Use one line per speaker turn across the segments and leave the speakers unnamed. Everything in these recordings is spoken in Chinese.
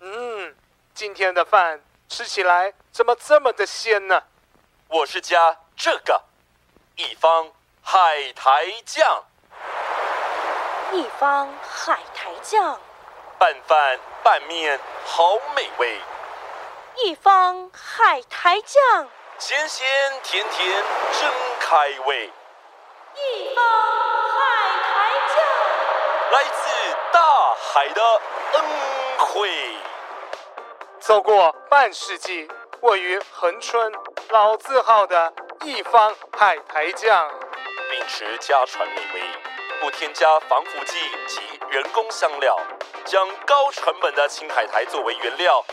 嗯，今天的饭吃起来怎么这么的鲜呢？
我是加这个，一方海苔酱，
一方海苔酱，
拌饭拌面好美味，
一方海苔酱，
咸咸甜甜真开胃，
一方海苔酱。
来自大海的恩惠。
走过半世纪，位于恒春老字号的一方海苔酱，
秉持家传美味，不添加防腐剂及人工香料，将高成本的青海苔作为原料，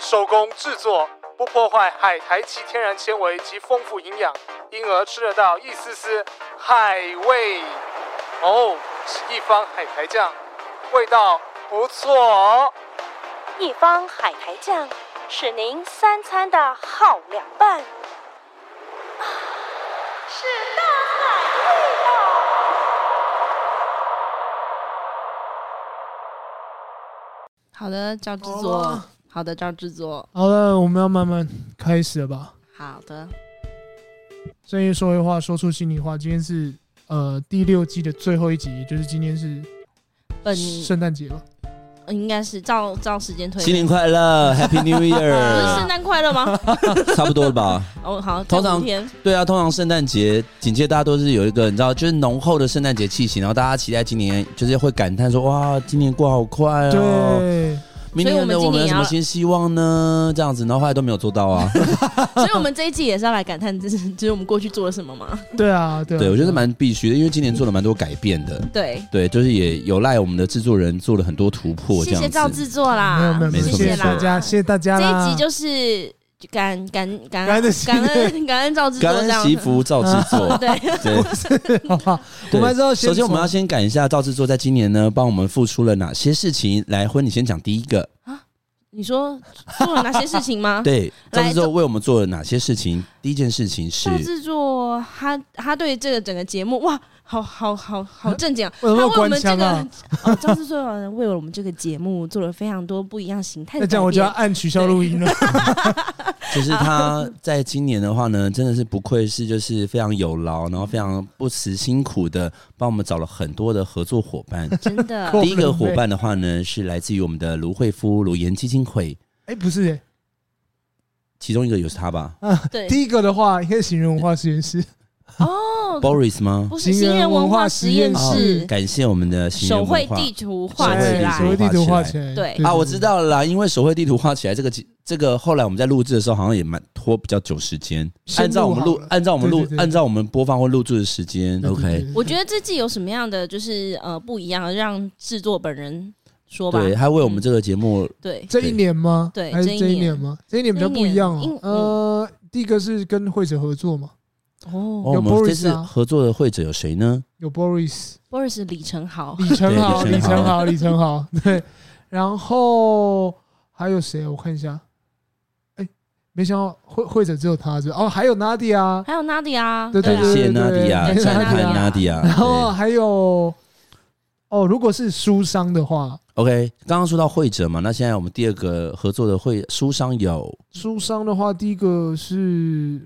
手工制作，不破坏海苔其天然纤维及丰富营养，因而吃得到一丝丝海味。哦，是一方海苔酱，味道不错哦。
一方海苔酱是您三餐的好凉拌，啊，啊是大海味道。
好的，照制
好
作
啊。
好的，照制作。
好了，我们要慢慢开始了吧？
好的，
深夜说黑话，说出心里话。今天是呃第六季的最后一集，也就是今天是
本
圣诞节了。
应该是照照时间推。
新年快 乐，Happy New
不是
Year，
圣诞快乐 吗？
差不多了吧？
哦，好，
呃通常
再五天
对啊，通常圣诞节紧接着大家都是有一个你知道，就是浓厚的圣诞节气息，然后大家期待今年，就是会感叹说哇，今年过好快哦，
对，
明年
所
的
以
我
我们今年
们有什
要
么新希望呢？这样子，然后后来都没有做到啊。
所以我们这一季也是要来感叹，就是 就是我们过去做了什么嘛。
对啊，对啊。
对，我觉得蛮必须的，因为今年做了蛮多改变的。
对，
对，就是也有赖我们的制作人做了很多突破，这
谢谢照
样子。
制作啦，
没有没有，没
没
有
错
谢
谢
谢
谢大
啦。
家，谢谢大家
这
啦。
一集就是感感感
感恩的
恩
心
感恩感恩照制作
感
这
恩
样。
惜福照制 作，
对，
对，
好不好？我
对
们还是要
首先我们要
从
先感一下赵制作在今年呢，帮我们付出了哪些事情。来，婚你先讲第一个，
你说做了哪些事情
啊
吗？
对，赵
来
制作
赵
为我们做了哪些事情？第一件事情是
赵，制作他他对这个整个节目哇，好好好好正 经、啊，
为什么
他
有
为我们
官
这
腔
个、
啊
哦，赵制作人为我们这个节目做了非常多不一样形态的
那这样我
改
就要
变。
按取消录音了。
就是
啊
他 在今年的话呢，真的是不愧是就是非常有劳，然后非常不辞辛苦的帮我们找了很多的合作伙 伴。
真的，
第一个伙伴的话呢，是来自于我们的卢慧夫卢岩基金会，
哎，不是耶，
其中一个有是他吧
哦
对
第一个的话应该是行人文化实验室，
哦，
，Boris 吗？
不是
行
新
人
人
文
文
化
化
实
实
验
验
室
室
感谢我们的行人
手绘
文化
地图画
手绘
起
地
来
图
手绘地图画起来。
对
哎啊，我知。道了啦，因为手绘地图画起来这个这个，后来我们在录制的时候好像也蛮拖比较久时间。
先
按照我们
录
录
好了，
按照我们
对
录
对对，
按照我们播放或录制的时间
对对对
，OK。
对
我觉得这季有什么样的就是呃不一样的，让制作本人说吧。
对，他为我们这个节目，
对
这一年吗？
对
还是
这一
这一
年
年吗？这一年比较不一样
这一
哦
年。
呃，第一个是跟会者合作嘛，
哦
哦，我们
Boris
这次
啊
合作的会者有谁呢？
有 Boris、
，Boris 李晨豪，
李晨豪、
对
李
李
晨
晨
豪、
豪
李晨豪，对，然后还有谁啊？我看一下，哎，没想到会会者只有他，是吧哦，还有 Nadia 啊，
还有 Nadia，啊
对对
感
啊
谢
对对
娜迪亚，
感谢
赞叹娜
Nadia
迪亚。
然后
对
还有哦，如果是书商的话，
OK，刚刚说到会者嘛，那现在我们第二个合作的会书商有，
书商的话，第一个是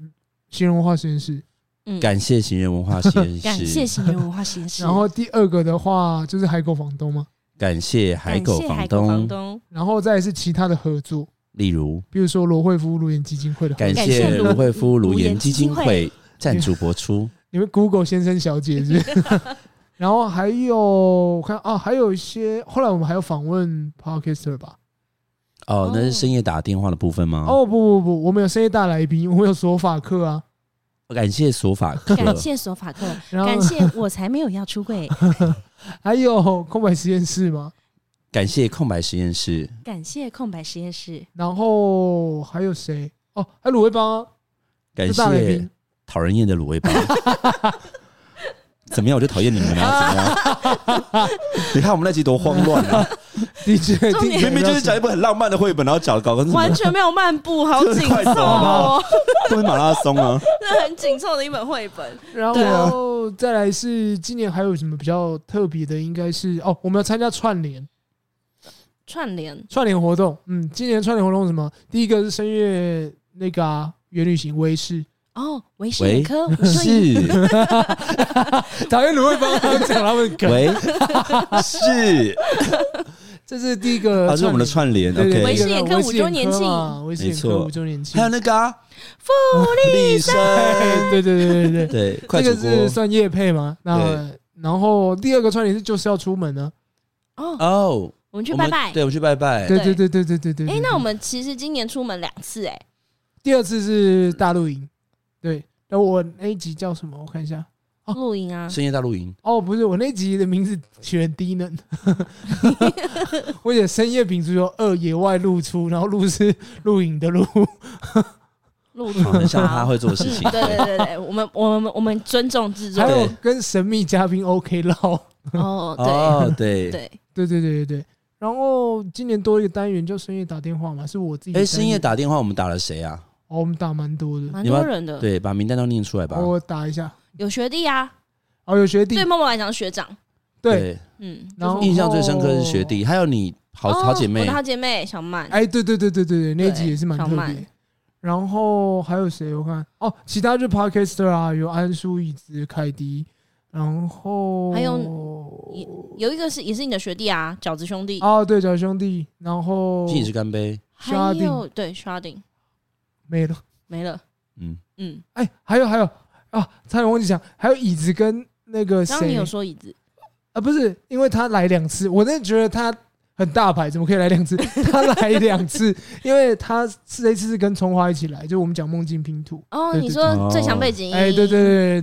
新人文化实验室，
嗯
感谢行人文化实验 室，
感谢行人文化实验室，
然后第二个的话就是海狗房东嘛，
感谢海
感
狗
谢
房
海狗
东
房，东，
然后再来是其他的合作，
例如
比如说罗惠夫路演基金会的合作，
感
感
谢
谢
卢慧夫
卢
卢
岩
岩基
基金
金
会
会赞助播出。
你们 Google 先生小姐是不是 然后还有我看啊，还有一些后来我们还有访问 Podcaster 吧？
哦
哦，
那是深夜打电话的部分吗？哦，
哦不不不，我们有深夜大来宾，我们有索法克啊，
感谢索法 克，
感谢索法克，
然后
感谢我才没有要出柜，
还有空白实验室嘛，
感谢空白实验室，
感谢空白实验室，
然后还有谁？哦，还有鲁味帮啊，
感
是大来
谢
宾
讨人厌的卤味包。 怎么样？我就讨厌你们啊！怎么样？你看我们那集多慌乱啊！
你觉 得
重点
明明就是讲一部很浪漫的绘本，然后搞搞个什么
完全没有漫步，好紧
快走
凑 哦，
不是马拉松啊？
那很紧凑的一本绘本。
然
对啊
后再来是今年还有什么比较特别的？应该是哦，我们要参加串联
串联
串联活动。嗯，今年串联活动是什么？第一个是声乐那个啊，原旅行微 视，
哦，维是
喂
眼 科，我说你
是
讨厌卢慧芳讲他们梗，
喂是，
这是第一个，
啊，这是我们的串联。
对对
维视
对
OK，
眼科
维视
五周年
眼科
庆
嘛维视眼
没
科
错
五周年庆
还有，那个啊，
复
立生，
哎 对对对对对，
对，快
这
煮
个
锅
是算夜配吗？那
对
然后第二个串联是就是要出门呢，
哦，
哦，
我们去
我
拜
们
拜。
对，我们去拜拜。
对对
对
对对对对对。
哎
对，
那我们其实今年出门两次，哎，
第二次是大露营，对。那我那一集叫什么？我看一下。哦
露营啊，
深夜大露营，
哦，不是，我那集的名字取很低能， 我写深夜品足球二呃野外露出，然后露是露营的露，
露
哦很像他会做的事
嗯
情。
对对对对，我们我们我们尊重制
还
作。
有跟神秘嘉宾 OK 唠，
哦，
哦，
对
对
对，
对对对对对。然后今年多一个单元叫深夜打电话嘛，是我自己的单
哎，
元。
深夜打电话，我们打嗯了谁啊？
哦，我们打蛮多的，
蛮
你们
多人的。
对，把名单都念出来吧。
我打一下。
有学弟啊，
哦，有学弟
对，默默来讲学长，
对，，
嗯，
然后
印象最深刻的是学。弟，还有你好
哦
好姐
我
妹
的，好姐妹小曼，
哎，对对对对对对，那一集
对
也是蛮
小
特别
曼
的。然后还有谁？我看哦，其他就 podcaster 啊，有安叔、椅子、凯迪，然后
还有有一个是也是你的学弟啊，饺子兄弟，
哦，对，小兄弟，然后
敬你是干杯。
还
刷定
有对 Sharding
没了。
没了，
嗯，
嗯，
哎，还有还有啊，差点忘记讲，还有椅子跟那个
刚刚你
哎谁
有说椅子，
啊，不是，因为他来两次，我真的觉得他很大牌，怎么可以来两次？他来两次，因为他这一次是跟葱花一起来，就我们讲梦境拼图。
哦，
对
你
对
说
对
最强背景音，
哎，对对对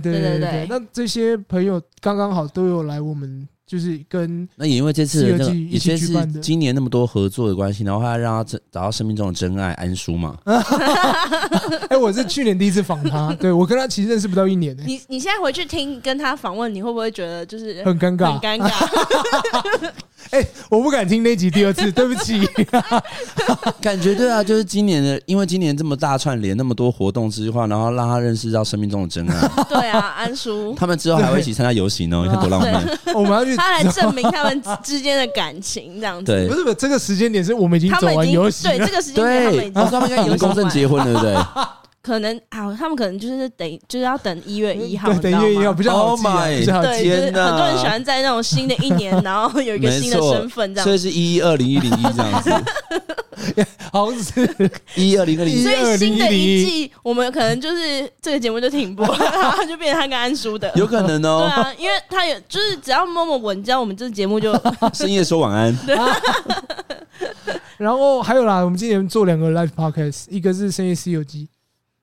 对
对对
对对
对那这些朋友刚刚好都有来我们，就是跟
那也因为这次的那
自
个，
由记
也
一起
就
举办的
是今年那么多合作的关系，然后他让他真找到生命中的真爱安叔 嘛。
哎，我是去年第一次访他，对我跟他其实认识不到一年呢、
你你现在回去听跟他访问，你会不会觉得就是
很尴
很
尬。
尴尬？
哎，我不敢听那集第二次，对不起。
感觉对啊，就是今年的，因为今年这么大串联，那么多活动之后，然后让他认识到生命中的真 爱。
对啊，安叔，
他们之后还会一起参加游行哦，你看多 浪漫。
我们要去，
他来证明他们之之间的感情这样子。
对
不，是不是，这个时间点是我们已经
他
走
们
完
已经
游戏
对
了
这。个时间点，他们
对
已，经
然后他们应该已经公证结婚了，对不对？
可能啊，他们可能就是等，就是要等一月一号，
对
你知
等
道
一
吗
月一号比较好记啊，
Oh my
比较好
对，
记。
就是
天
很
哪
多人喜欢在那种新的一 年，然后有一个
没
新的
错
身份这
所
样。
以是一一二零一零一这 样子，
好像是
一二零二零
所以新的
2011
一季，我们可能就是这个节目就停 播，然后就变成他跟安叔的。
有可能
对
哦。
啊，因为他有就是只要默默稳交，我们这节目 就
深夜说晚安，
然后还有啦，我们今年做两个 live podcast，一个是深夜西游记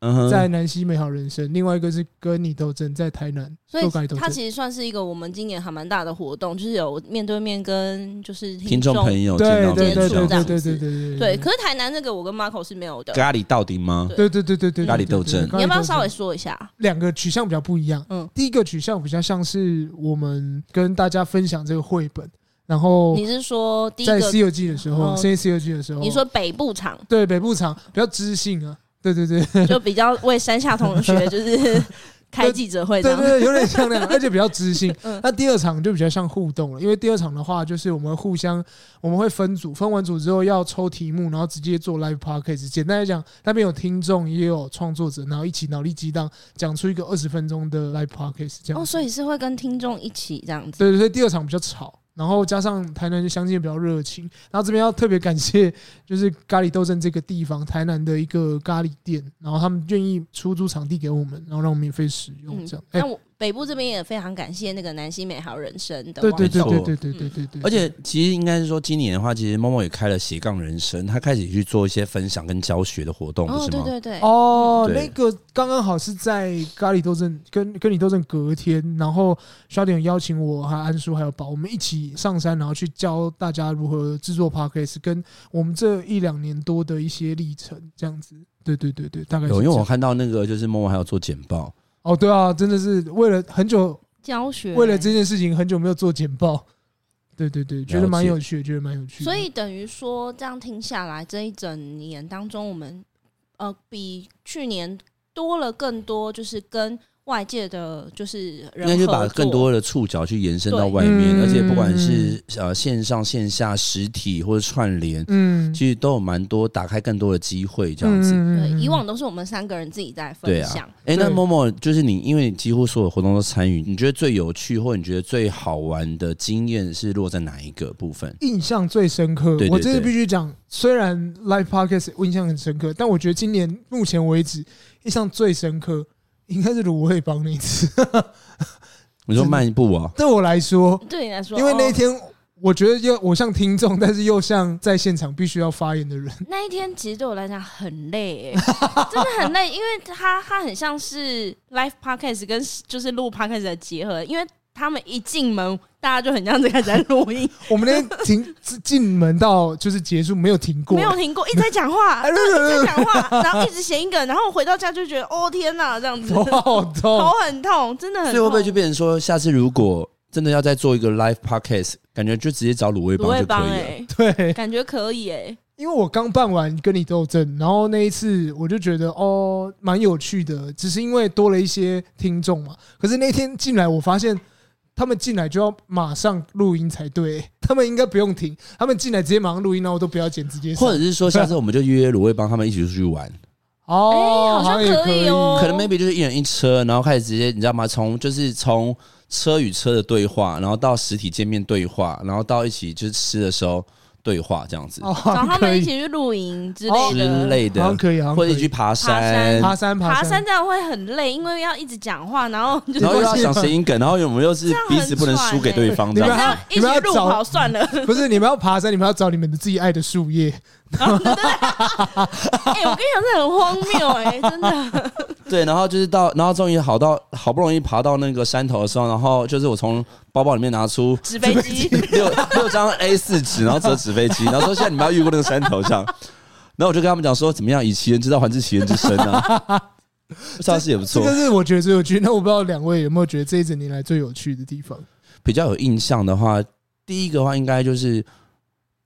嗯哼，
在南溪美好人生，另外一个是跟你斗争在台南
所
做改斗
以它
争。
其实算是一个我们今年还蛮大的活动，就是有面对面跟就是
听众朋友见
对
到
对
接
对
面这
对
触
样
这样
对
子
对对对
对。可是台南那个我跟 Marco 是没有的，
咖喱到底吗？
对
对对对对对，
咖喱
对
斗争
对对
你要不
咖
要
喱斗争
稍微说一下？
两个取向比较不一样？
嗯，
第一个取向比较像是我们跟大家分享这个绘本，然后
哦
你是说第一
在
个
西游记的时候，
哦
深夜西游记的时候，
你说北部 场
对北部场比较知性啊，对对对
就比较为山下同学就是 开记者会这
对对
样，
对，有点像那样，而且比较知性
嗯。
那第二场就比较像互动了，因为第二场的话，就是我们互相，我们会分组，分完组之后要抽题目，然后直接做 live podcast。简单来讲，那边有听众也有创作者，然后一起脑力激荡，讲出一个二十分钟的 live podcast 这样。
哦，所以是会跟听众一起这样子。
对对对，第二场比较吵。然后加上台南相信比较热情，然后这边要特别感谢，就是咖喱斗争这个地方，台南的一个咖喱店，然后他们愿意出租场地给我们，然后让我们免费使用，
嗯
这样。，哎
那我北部这边也非常感谢那个南溪美好人生的
对
网
对对
友
对对对对对对，
而且其实应该是说，今年的话，其实默默也开了斜杠人生，他开始去做一些分享跟教学的活动，不
哦，
是
对
吗？
对对，
哦，
嗯对
那个刚刚好是在咖喱斗阵跟跟你斗阵隔天，然后小点邀请我和安叔还有宝，我们一起上山，然后去教大家如何制作 podcast，跟我们这一两年多的一些历程，这样子。对对对对，大概是
有，因为
这
我
样
看到那个就是默默还有做简报，
哦，对啊，真的是为了很久，
教学
为了这件事情很久没有做简报。对对对，觉得蛮
了解
有趣的，觉得蛮有趣的。
所以等于说，这样听下来，这一整年当中，我们呃比去年多了更多，就是跟外界的，就是
应
人
该就把
合作
更多的触角去延伸到外
对
面，
嗯
而且不管是呃线上线下、实体或者串联，
嗯，
其实都有蛮多打开更多的机会这样子。
嗯
对以往都是我们三个人自己在
对
分
啊
享，，
对
哎、那默默就是你，因为你几乎所有活动都参与，你觉得最有趣或你觉得最好玩的经验是落在哪一个部分？
印象最深刻，
对对
我真的
对
必须讲，虽然 Live Podcast 我印象很深刻，但我觉得今年目前为止印象最深刻应该是芦苇帮那一次。
你说慢一步啊，
对我来说，
对你来说，
因为那一
哦
天我觉得又我像听众，但是又像在现场必须要发言的人。
那一天其实对我来讲很累、欸， 真的很累，因为它它很像是 live podcast 跟就是录 podcast 的结合，因为他们一进门，大家就很像在开始在录音，
我们那天停 进门到就是结束没有停过，
没有停过，一直在讲话，
哎
对，一直在讲话，然后一直谐音梗，然后回到家就觉得哦天哪，这样子
头好痛
头。很痛，真的很
所
痛。
以会不会就变成说，下次如果真的要再做一个 live podcast，感觉就直接找卤味
不
帮
会
就可
帮
以了？
哎，
对，
感觉可以哎，
因为我刚办完跟你斗争，然后那一次我就觉得哦，蛮有趣的，只是因为多了一些听众嘛。可是那天进来，我发现他们进来就要马上录音才对， 他们应该不用停，他们进来直接马上录音，然后都不要剪，直接上
或者是说，下次我们就约约卤味帮他们一起出去玩，
哦，
哎好像
也
可以 哦
可能 maybe 就是一人一车，然后开始直接你知道吗？从就是从车与车的对话，然后到实体见面对话，然后到一起就是吃的时候对话这样子
哦，
找
好
他
像
们
可
一
以，
起去露营之
哦
类
之
的。
类
好像
的，
可以，好像
或
可
者
以
去爬
爬山
山。
爬山，
爬
山
山，这样会很累，因为要一直讲话，然后就
然后又要想谐音梗，然后我们又是彼此不能输
欸
给对方，
这
这
样
样
很
子
爽
要一起录好算 了。
不是你们要爬山，你们要找你们的自己爱的树叶，
哎、我跟你讲，这很荒谬哎、真的。
对，然后就是到，然后终于好到好不容易爬到那个山头的时候，然后就是我从包包里面拿出
纸飞机，
六六张 A 四纸，然后折纸飞机，然后说现在你们要越过那个山头上，然后我就跟他们讲说怎么样以其人之道还治其人之身啊， 倒是也不
这
错，
个是我觉得最有趣。那我不知道两位有没有觉得这一整年来最有趣的地方？
比较有印象的话，第一个话应该就是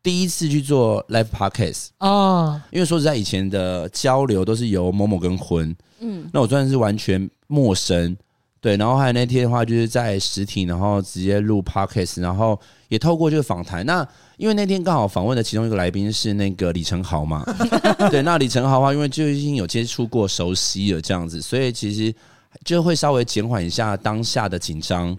第一次去做 live podcast，
啊，
因为说实在以前的交流都是由某某跟婚，
嗯，
那我算是完全陌生。对，然后还有那天的话，就是在实体，然后直接录 podcast，然后也透过这个访谈。那因为那天刚好访问的其中一个来宾是那个李承豪嘛， 对，那李承豪的话，因为就已经有接触过、熟悉了这样子，所以其实就会稍微减缓一下当下的紧张。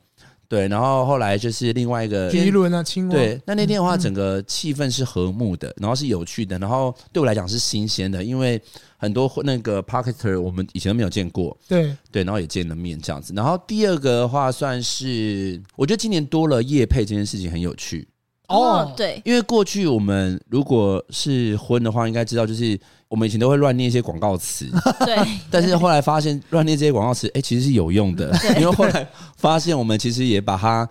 对，然后后来就是另外一个
第一轮啊，青蛙，
呃对，那那天的话，整个气氛是和睦的，然后是有趣的，然后对我来讲是新鲜的，因为很多那个 pocketer 我们以前都没有见过，
对，
对，然后也见了面这样子。然后第二个的话，算是我觉得今年多了夜配这件事情很有趣，
哦，
对，
因为过去我们如果是婚的话，应该知道就是我们以前都会乱念一些广告词，
对，
但是后来发现乱念这些广告词，哎、其实是有用的，因为后来发现我们其实也把它。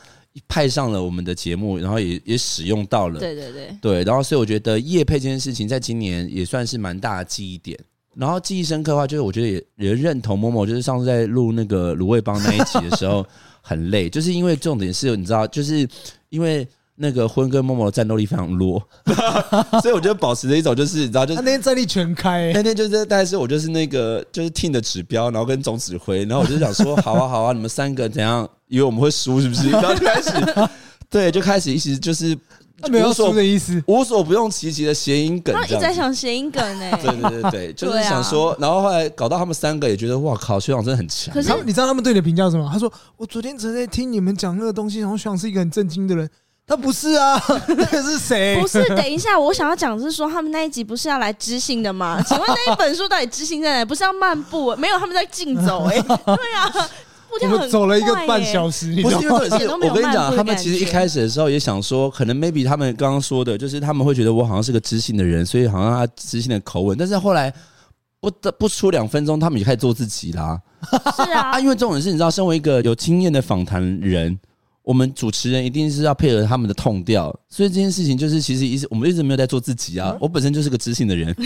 派上了我们的节目，然后也也使用到了，
对对对，
对，然后所以我觉得夜配这件事情，在今年也算是蛮大的记忆点。然后记忆深刻的话，就是我觉得也也认同某某，就是上次在录那个卤味帮那一集的 时候很累，就是因为重点是你知道，就是因为那个婚跟某某的战斗力非常 弱，所以我觉得保持着一种就是你知道，就
他
是
那天战力全开、欸，
那天就是，但是我就是那个就是 team 的指标，然后跟总指挥，然后我就想说，好啊好啊，你们三个怎样？以为我们会输是不是？ 然后就开始对，就开始一起就是
他没有
无所
输的意思。
无所不用其极的谐音梗
他，一
这
直在
样子。
想谐音梗哎、
对对对对，就是
对啊
想说，然后后来搞到他们三个也觉得，哇靠，学长真的很强
可。是
他们你知道他们对你的评价是什么？他说：“我昨天只在听你们讲那个东西，然后想是一个很震惊的人。”他不是啊， 那个是谁？
不是，等一下，我想要讲的是说，他们那一集不是要来知性的 吗？请问那一本书到底知性在哪？不是要漫步？没有，他们在竞走哎、对啊，步
我
调
们
很
走了一个半
时，
小时，你
欸不
知
是
道
一
吗？
因为可
点
是
都
我
没有
跟你
漫步
讲，
的
他们其实一
感觉
开始的时候也想说，可能 maybe 他们刚刚说的，就是他们会觉得我好像是个知性的人，所以好像他知性的口吻，但是后来不得不出两分钟，他们也开始做自己啦。
是啊
啊，，因为这种事，你知道，身为一个有经验的访谈人，我们主持人一定是要配合他们的痛调，所以这件事情就是其实一直我们一直没有在做自己啊。我本身就是个知性的人，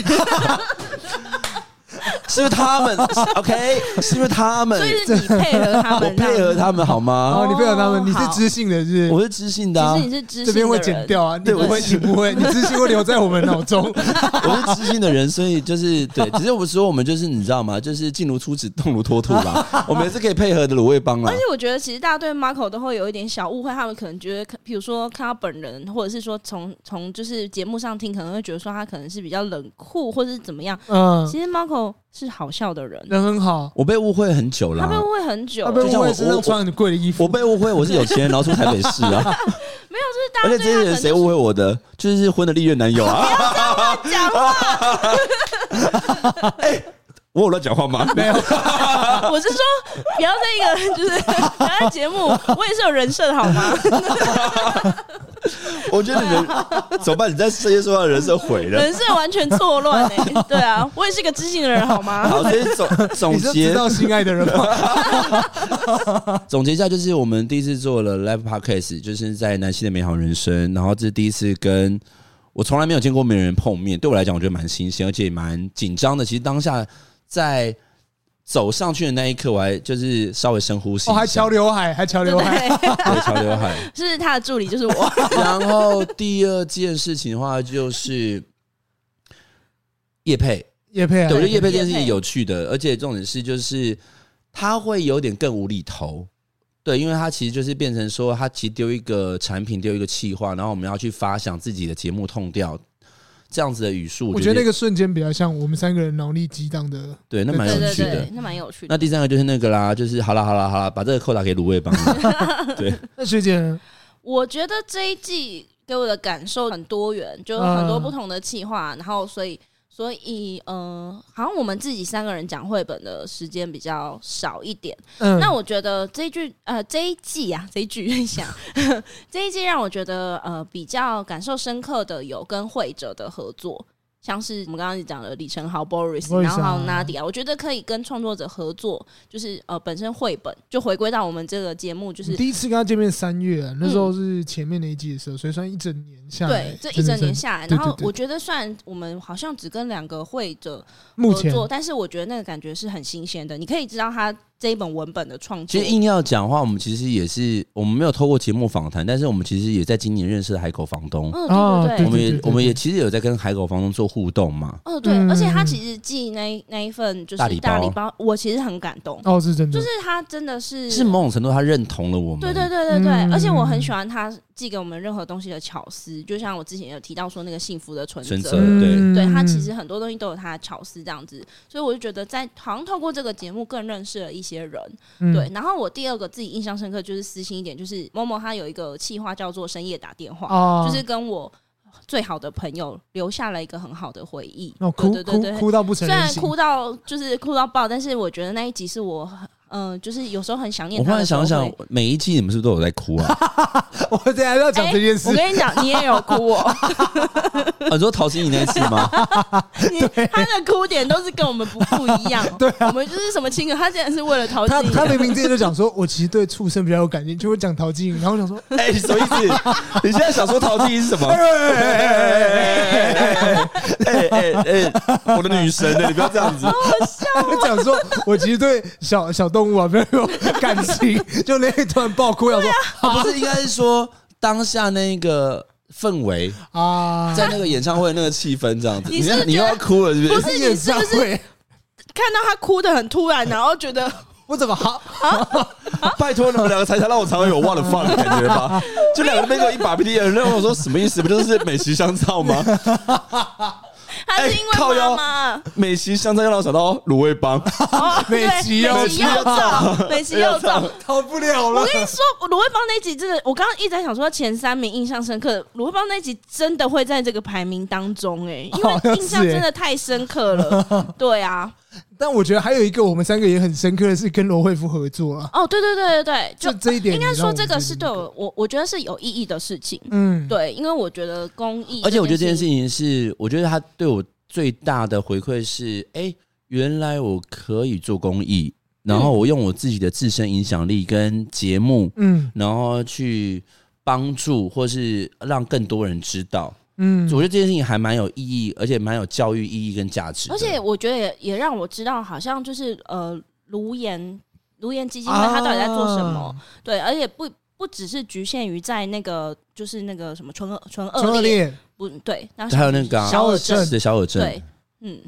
是不是他们？OK，是不是他们
所？以是你配合他
我
们，啊
配合他们好吗？
哦，你配合他们，你是
好
知性的是不
我
是？
是知性的、
让。
啊
其，实你是知性
这边会
的
剪
人
掉啊，你不会，你不会，你知性会留在我们脑 中。
我是知性的人，所以就是对，只是我说我们就是你知道吗？就是静如出子，动如脱兔啦。我们也是可以配合的卤味帮啦
而且。我觉得，其实大家对 Marco 都会有一点小误会，他们可能觉得，比如说看到本人，或者是说从从就是节目上听，可能会觉得说他可能是比较冷酷，或者是怎么样。
嗯，
其实 Marco 是好笑的人，
人很好，
我被误会很久了
他被，误会很久
他，被
就
误
像我
会身上穿很贵的衣服
我。被误会我是有钱人，然后住台北市啊。
没有，就是大家
而且这些
对
人
他
谁误会我的，就是婚的历任男友啊！哎
可能讲 话，
我有乱讲话吗？
没有，
我是说不要在一个就是不要在节目，我也是有人设的好吗？
我觉得你们怎么办？你在世界说话的 人设毁了。
人设完全错乱哎，对啊，我也是个知性的人好吗？
好，所以 总
你
总
是
结
知道心爱的人 吗？
总结一下，就是我们第一次做了 live podcast，就是在南希的美好人生，然后这是第一次跟我从来没有见过没人碰面，对我来讲我觉得蛮新鲜，而且也蛮紧张的。其实当下在走上去的那一刻，我还就是稍微深呼吸一
哦，
下，
还翘刘海，还翘
对
刘
不
海，
对？
对，潮 刘海。
是他的助理，就是我。
然后第二件事情的话，就是叶配。
叶佩啊
对，我觉得叶
叶
佩
佩
这件事情有趣的，而且重点是就是他会有点更无厘头。对，因为他其实就是变成说，他其实丢一个产品，丢一个企划，然后我们要去发想自己的节目痛调，这样子的语速，
我觉得那
个
个瞬间比较像我们三个人脑力激荡的。
对，那蛮
对
有
对
趣的
对。，那蛮有趣
那
的。
第三个就是那个啦，就是好啦好啦好啦，把这个扣打给卤味帮你。对，
那学姐呢，
我觉得这一季给我的感受很多元，就有很多不同的企划，然后所以所以呃，好像我们自己三个人讲绘本的时间比较少一点。
嗯，
那我觉得这一句呃这一季啊 这一句想 这一季让我觉得呃比较感受深刻的有跟会者的合作，像是我们刚刚讲的李晨豪 Boris，
Boris 啊
然后还有 Nadia，我觉得可以跟创作者合作，就是呃本身绘本就回归到我们这个节目，就是
你第一次跟他见面三月啊，那时候是前面那一季的时候，所以算一整年下来，
对这
真
一
的
整年
是
下来，
对
然后
对对
我觉得虽然我们好像只跟两个会者
目
合
前
作，但是我觉得那个感觉是很新鲜的，你可以知道他这一本文本的创
其
作
实。硬要讲的话，我们其实也是我们没有透过节目访谈，但是我们其实也在今年认识了海口房东，
嗯，
哦
对对对
我，
对
们
对
也
对
我们也其实有在跟海口房东做互动嘛。
哦，对，而且他
嗯
其实寄那一那一份就
大
是
礼
大
包
礼包，我其实很感动，
哦是真的，
就是他真的是
是某种程度他认同了我们。
对对对对对，
嗯
而且我很喜欢他寄给我们任何东西的巧思，就像我之前有提到说那个幸福的存
存
折
折嗯对
对他其实很多东西都有他的巧思这样子，所以我就觉得在好像透过这个节目更认识了一些人。
嗯
对，然后我第二个自己印象深刻就是私心一点，就是某某他有一个企划叫做深夜打电话，
哦，
就是跟我最好的朋友留下了一个很好的回忆。
哦
对
哭
对对
哭
对，
哭到不成
虽
人
然
形，
哭到就是哭到爆，但是我觉得那一集是我很嗯、就是有时候很想念
我忽
他
然
的时候
想
会。
想，每一季你们是不是都有在哭啊？
我等一下要讲
哎
这件事
我，跟你讲，你也有哭 哦。
啊你说陶晶莹那一次吗？
你他的哭点都是跟我们不不一 样。对、我们就是什么情感，他竟然是为了陶
啊他
晶
他
莹。
明明之前就讲说，我其实对畜生比较有感情，就会讲陶晶莹，然后我 想说，
哎，什么意思？你现在想说陶晶莹是什么？
哎
哎
哎哎哎哎哎哎
哎哎哎，我的女神呢？你不要这样子。
他讲说，我其实对小小动物啊没有感情，就那天突然爆哭，想说
啊不是，应该是说当下那个氛围，
啊，
在那个演唱会那个气氛这样子。
你
你
是不是
你又要哭了是不
不
是？
是你是不是
是？
看到他哭的很突然，然后觉得
我怎么好？
拜托你们两个才才让我常常有忘了放的感觉 吧？就两个背着一把 P D 人，让我说什么意思？不就是美食香皂吗？
哎
他是因为妈妈、
美食香皂让我想到卤味帮。
哦，对
美琪要
美琪要走，美琪要走。
逃不了
我
了。
跟你说，卢慧芳那集真的，我刚刚一直在想说前三名印象深刻，卢慧芳那集真的会在这个排名当中哎、因
好像
为
是
印象真的太深刻 了。对啊，
但我觉得还有一个我们三个也很深刻的是跟罗惠夫合作啊。
哦，对对对对对，
这
就
这一点
应该
你让
说
我
这个是
觉
对
得
我我我觉得是有意义的事情。
嗯，
对，因为我觉得公益，
而且我觉得这件事，情是，我觉得他对我最大的回馈是，哎、原来我可以做公益，然后我用我自己的自身影响力跟节目，
嗯
然后去帮助或是让更多人知道。
嗯，
我觉得这件事情还蛮有意义，而且蛮有教育意义跟价值的。
而且我觉得也也让我知道，好像就是呃，卢岩卢岩基金会
啊
它到底在做什么？对，而且不不只是局限于在那个就是那个什么纯恶纯
纯
恶
恶
劣
劣，
不对，然后
还有那个啊
小
尔
症
症，
是小尔症，
对，嗯，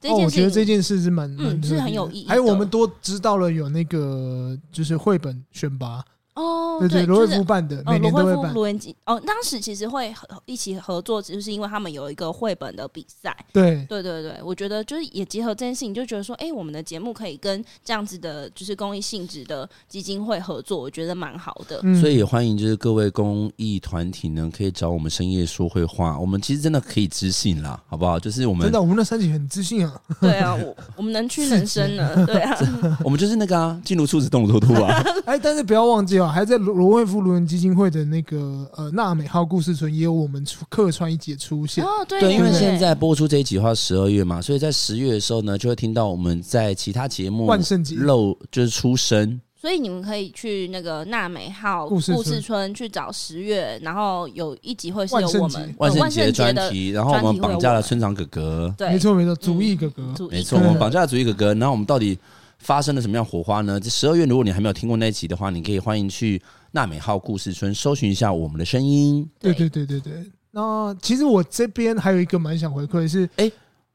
这
哦，
件
我觉得
事
这
情
件事是蛮蛮
嗯
特
是
别
很有
的
意义
还有
的
我们多知道了有那个就是绘本选拔，
哦，
对
对，
罗
就
瑞
是
福办的，
哦，
每
罗
年都
惠
会
夫、
办。
罗文基哦，当时其实会合一起合作，就是因为他们有一个绘本的比赛。
对，
对对对，我觉得就是也结合这件事情，就觉得说，哎、我们的节目可以跟这样子的，就是公益性质的基金会合作，我觉得蛮好的。
嗯
所以也欢迎就是各位公益团体呢，可以找我们深夜说会话。我们其实真的可以知性啦，好不好？就是我们
真的，我们那三姐很自信啊，
对啊，我我们能屈能伸呢，对啊，
我们就是那个啊，进入处子动如脱兔 啊，
哎，但是不要忘记哦，还在罗罗惠夫卢人基金会的那个呃纳美号故事村，也有我们出客串一节出现
然。后哦对
对，因为
对
现在播出这一集的话十二月嘛，所以在十月的时候呢，就会听到我们在其他节目
万圣节
露就是出声，
所以你们可以去那个娜美号
故事村
村去找十月，然后有一集会是有
万圣
我
节
们
万
呃
圣节
节
专
的
题，然后我
专
们
题会有
绑架
我
了
们
村长哥哥，
对，嗯
没错没错，竹艺哥哥，
主义
没
可
错，我
能
们绑架了主义哥哥，然后我们到底发生了什么样火花呢？这十二月，如果你还没有听过那一集的话，你可以欢迎去娜美号故事村搜寻一下我们的声音。
对
对
对对对对。那其实我这边还有一个蛮想回馈的是，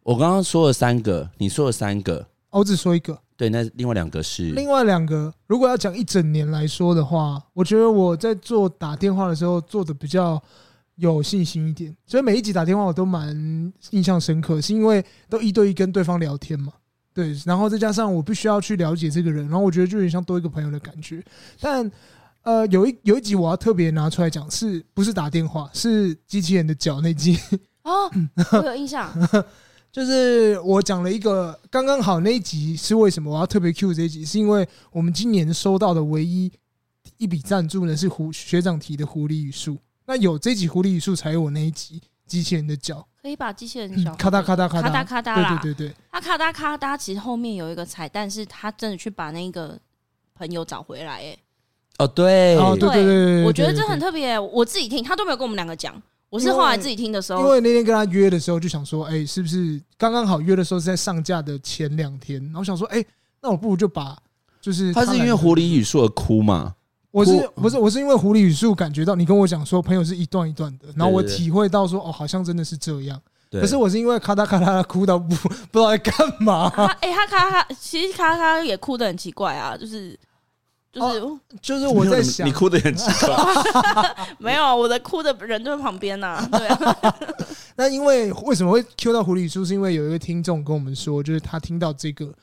我刚刚说了三个，你说了三个，
哦我只说一个，
对，那另外两个是
另外两个，如果要讲一整年来说的话，我觉得我在做打电话的时候做的比较有信心一点，所以每一集打电话我都蛮印象深刻，是因为都一对一跟对方聊天嘛。对，然后再加上我必须要去了解这个人，然后我觉得就有点像多一个朋友的感觉。但呃，有一有一集我要特别拿出来讲，是不是打电话？是机器人的脚那集。
哦，我有印 象，
就是我讲了一个刚刚好那一集是为什么我要特别 Q 这一集，是因为我们今年收到的唯一一笔赞助呢是胡学长提的狐狸语数，那有这集狐狸语数才有我那一集机器人的脚，
可以把机器人小
嗯咔嗒咔嗒
咔
咔嗒
嗒咔嗒啦，
对对对对，
他咔嗒咔嗒，其实后面有一个彩蛋，是他真的去把那个朋友找回来、欸。
哦，对，
哦对对对，
我觉得
对
这很
对
特别、我自己听，他都没有跟我们两个讲，我是后来自己听的时
因
候，
为那天跟他约的时候就想说，哎，是不是刚刚好约的时候是在上架的前两天，然后想说，哎，那我不如就把就是
他是因为狐狸语数而哭嘛？
我是
哭
不是我是因为狐狸语速感觉到你跟我讲说朋友是一段一段的，然后我
对对对
体会到说哦，好像真的是这样。
对，
可是我是因为咔嗒咔嗒哭 到不不知道在干 嘛，
他哎、他咔咔，其实咔咔也哭得很奇怪啊，就是就是、
哦就是我在想
你，哭的很奇怪，
没有我的哭的人就在旁边呐、对啊，
那因为为什么会 Q 到狐狸语速，是因为有一个听众跟我们说，就是他听到这个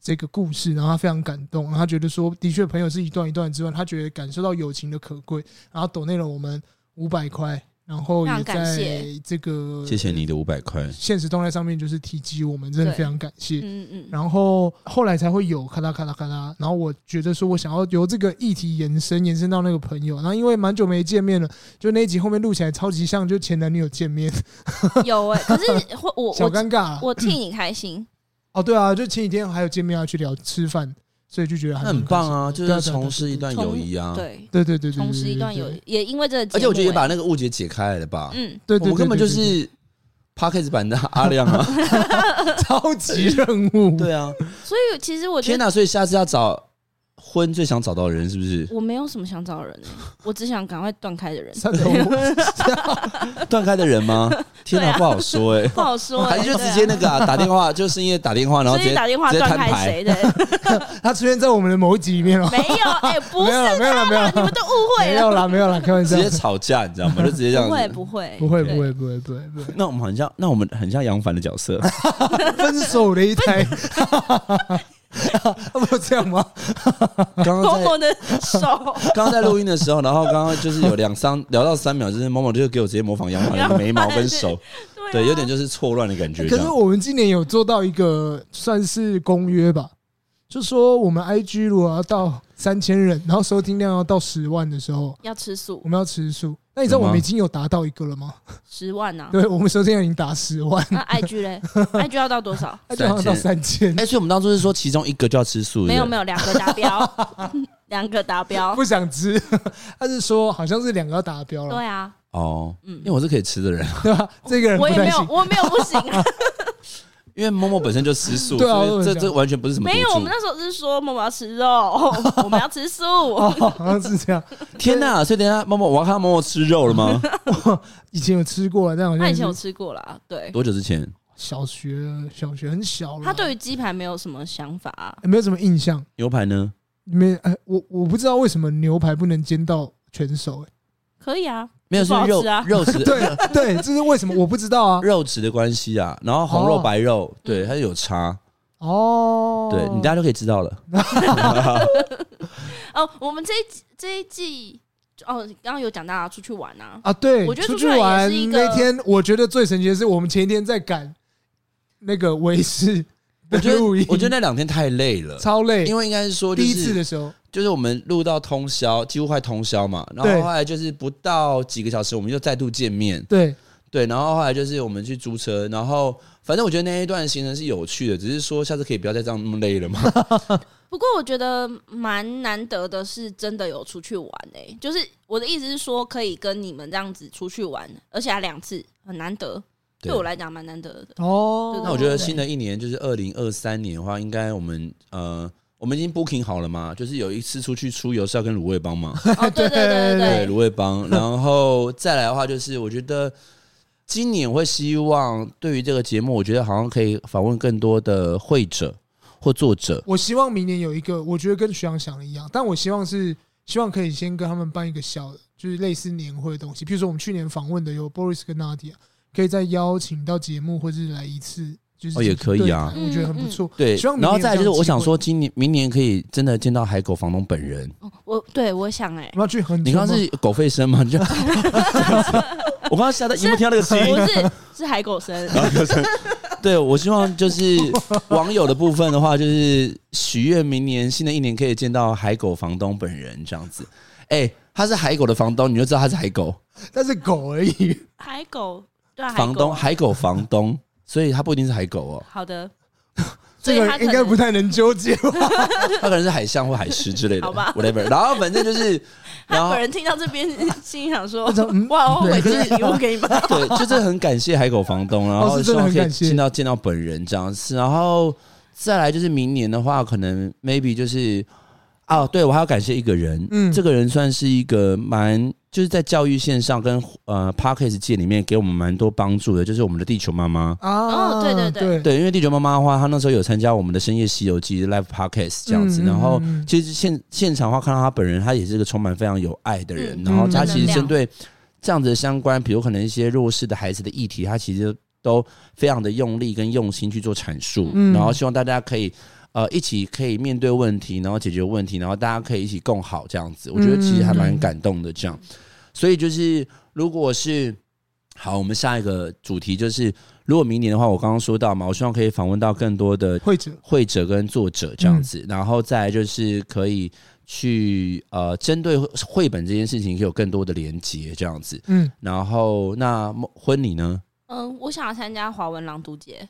这个故事，然后他非常感动，然后他觉得说，的确朋友是一段一段之外，他觉得感受到友情的可贵，然后抖内了我们五百块，然后
非常
也
感谢
在这个
谢谢你的五百块。
现实动态上面就是提及我们，真的
对
非常感谢。
嗯嗯嗯，
然后后来才会有咔啦咔啦咔啦。然后我觉得说，我想要由这个议题延伸延伸到那个朋友，然后因为蛮久没见面了，就那一集后面录起来超级像就前男女友见面，
有 哎、可是会我
小
我
尴尬了。
我替你开心，
哦，对啊，就前几天还有见面要去聊吃饭，所以就觉得还
那
蛮
很棒啊，
开心
就是
的
重拾一段友谊啊。，
对，
对对对对对对对对对对
重拾一段友，谊，也因为这个节目、
而且我觉得也把
哎
那个误解解开来了吧？
嗯，
对对对对
我们根本就
对对
是 Parkes 版的阿亮啊。
对超级任务。
对啊，
所以其实我觉
天
得。
哪！所以下次要找婚最想找到的人是不是？
我没有什么想找的人欸、我只想赶快断开的人。
三头五
断开的人吗？天哪，
对啊
不好 说 哎、
不好说、欸
还是就直接那个、啊、打电话，就深夜打电话，然后
所
直
以
接
打电话
直接
断
摊
开
牌。
谁的？
他出现在我们的某一集里面了，
没有，哎、不
没
是
有
啦，
了，没有了，没有
你们
了，
都误会
没
了
有。了，没有了，开玩
直
笑，
接吵架，你知道吗？就直接这样
不会，
子。
不会，
不
对
会，不会，不会，不会，不会，
那我们很像，那我们很像杨凡的角 色，
分手了 一台，啊不是这样吗？
刚刚
某
在
某的手，
刚刚在录音的时候，然后刚刚就是有两三聊到三秒，就是某某就给我直接模仿杨凡的眉毛跟手，
对啊
对，有点就是错乱的感觉。
可
这
是
样
我们今年有做到一个算是公约吧，就说我们 IG 如果要到三千人，然后收听量要到十万的时候，
要吃素
我，们要吃素。那你知道
有吗
我们已经有达到一个了吗？
十万呐、
对，我们收听量已经达十万，
那 IG 嘞？IG 要到多少？
那就好像到三千
哎、，所以我们当初是说其中一个就要吃素，
没有没
有，
有，两个达标，两个达标
不。想吃。他是说好像是两个要达标了，
对啊，
哦，
嗯
因为我是可以吃的人，
对吧？这个人不
我也
太
没有
行，。
我没有不行啊，
因为默默本身就吃素，
对啊
所
我
以这
也想
这完全不是什么毒
没有。
素
我们那时候是说我们要吃肉，我们要吃素。
哦，好像是这样。
天哪、所以等一下默默，我要看到默默吃肉 了吗？
以前有吃过，但好
他以
像
前有
是
吃过啦，对。
多久之前？
小学，小学很小了。
他对于鸡排没有什么想法、啊，
没有什么印象，
牛排呢？
没呃，我我不知道为什么牛排不能煎到全熟、欸
可以啊，
没有是
不好
肉
吃啊
肉 质呃
对对，这是为什么？我不知道 啊。
肉质的关系啊，然后红肉
哦
白肉，对，它有差，
哦，
对你大家都可以知道了。
哦，我们这一季这一季哦，刚刚有讲到啊出去玩啊，
啊，对，
我觉得
出
出
去
去玩也
玩
是一个
那天，我觉得最神奇的是，我们前一天在赶那个维视
我
的
觉得
录音，
我觉得那两天太累了，
超累，
因
为
为应该是说就
第一次
是
的时候，
就是我们录到通宵，几乎快通宵嘛，然后
对
后来就是不到几个小时，我们就再度见面，
对
对，然后后来就是我们去租车，然后反正我觉得那一段行程是有趣的，只是说下次可以不要再这样那么累 了嘛。
不过我觉得蛮难得的，是真的有出去玩诶、就是我的意思是说，可以跟你们这样子出去玩，而且还两次，很难得，对我来讲蛮难得的。
哦，
那我觉得新的一年就是二零二三年的话，应该我们呃，我们已经 booking 好了嘛，就是有一次出去出游是要跟卤味帮忙，
哦，对对对
对
对
卤味帮，然后再来的话就是我觉得。今年我会希望对于这个节目，我觉得好像可以访问更多的会者或作者，
我希望明年有一个，我觉得跟徐阳想的一样，但我希望是希望可以先跟他们办一个小的，就是类似年会的东西，譬如说我们去年访问的有 Boris 跟 Nadia，可以再邀请到节目，或是来一次，就是
哦也可以啊
嗯
对谈我觉得很不错。
对
希望，明
然后
年
再来
有
就
这样
是
的
我
机
想
会
说，今年明年可以真的见到海狗房东本人，
哦
对，我对我想欸诶、
我们要去很久
你刚刚是狗吠 声吗？你就，我刚刚吓到，有没有听到那个声音？
啊
不是是海狗 生，
对，我希望就是网友的部分的话，就是许愿明年新的一年可以见到海狗房东本人这样子。哎、他是海狗的房东，你就知道他是海狗
但是狗而已，
海狗对啊、
房东，
海狗
海狗房东， 所以他不一定是海狗 哦，
好的，所
这
以
个
他
人应该
可能
不太能纠结 吧。
他可能是海象或海狮之类的
好吧
，whatever。然后反正 就是，然
他
后
本人听到这边心里想说
种嗯：“
哇，我回这个礼物给你们。
对，就是很感谢海狗房东，然后
哦是
希
真的
望
很
可以
感谢
见到见到本人这样子，然后再来就是明年的话，可能 maybe 就是哦，对我还要感谢一个人，嗯，
嗯
这个人算是一个蛮就是在教育线上跟呃 p a c k e s 界里面给我们蛮多帮助的，就是我们的地球妈妈。
啊
哦对对
对
对
对，因为地球妈妈的话，她那时候有参加我们的《深夜西游记》Live Podcast 这样子，
嗯嗯
然后
嗯
其实现现场的话，看到她本人，她也是个充满非常有爱的人，
嗯
然后
嗯
她
正
其实
能
针
量
对这样子的相关，比如可能一些弱势的孩子的议题，她其实都非常的用力跟用心去做阐述，
嗯
然后希望大家可以。呃，一起可以面对问题，然后解决问题，然后大家可以一起共好这样子，我觉得其实还蛮
嗯
感动的。这样，所以就是如果是好，我们下一个主题就是，如果明年的话，我刚刚说到嘛，我希望可以访问到更多的
会者
会者跟作者这样子，然后再来就是可以去呃，针对绘本这件事情有更多的连接这样子。
嗯，
然后那婚礼呢？”
嗯，我想要参加华文朗读节，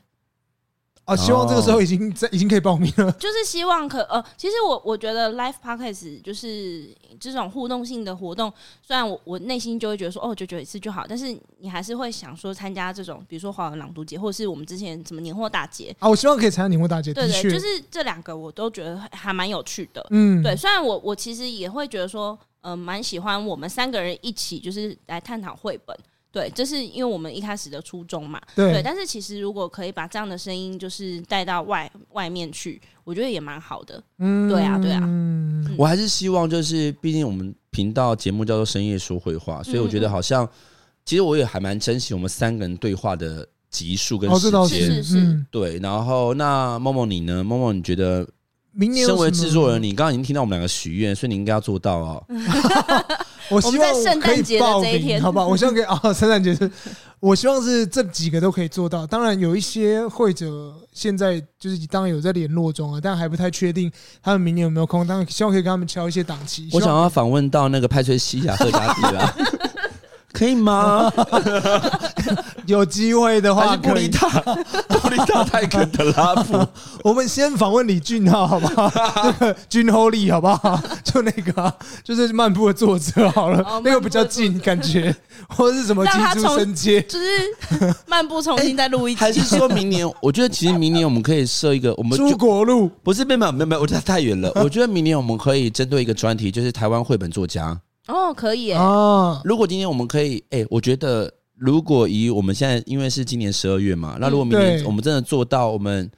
啊，
哦
希望这个时候已经在已经可以报名了。
就是希望可呃，其实我我觉得 live podcast 就是这种互动性的活动，虽然我我内心就会觉得说哦，九九一次就好，但是你还是会想说参加这种，比如说华文朗读节，或是我们之前什么年货大节，
啊，我希望可以参加年货大姐，
对
的
对，
确，
就是这两个我都觉得还还蛮有趣的。
嗯，
对，，虽然我我其实也会觉得说，呃，蛮喜欢我们三个人一起就是来探讨绘本。对，这是因为我们一开始的初衷嘛。
对
但是其实如果可以把这样的声音就是带到外外面去，我觉得也蛮好的。
嗯
对啊对啊
嗯
我还是希望就是，毕竟我们频道节目叫做深夜说会话，所以我觉得好像其实我也还蛮珍惜我们三个人对话的集数跟
哦，
时
这倒
间。
是是
嗯
对，然后那梦梦你呢？梦梦你觉得
明年有
身为
什么 啊
制作人，你刚刚已经听到我们两个许愿，所以你应该要做到哦。
我
我
希
们在
望
圣
可以
诞节的
报
这一
名
天
好不好？我希望可以啊， 圣诞节是，我希望是这几个都可以做到。当然有一些会者现在就是当然有在联络中啊，但还不太确定他们明年有没有空。当然希望可以跟他们敲一些档期。
我
希
想
望
要访问到那个派翠西亚啊 赫加迪拉，可以吗？
有机会的
还
话
是布
可
里
以。
塔？ 布里塔泰肯德拉普？
我们先访问李俊浩，好不 好？那个君侯利，好不好？ 就那个啊、就是漫步的作者好了，
哦
那个
漫步的
比较
作者
近，感觉 或者是什么
让
金
他
珠
从
生街。
就是 漫步重新再录一集
哎还，是说明年？我觉得其实明年我们可以设一个，我们就
朱国路
不是没有没有没有没有，我觉得 太远了。我觉得明年我们可以针对一个专题，就是台湾绘本作家。
哦，可以耶，
啊，
如果今天我们可以，哎、我觉得如果以我们现在，因为是今年十二月嘛，那如果明
对
年我们真的做到我们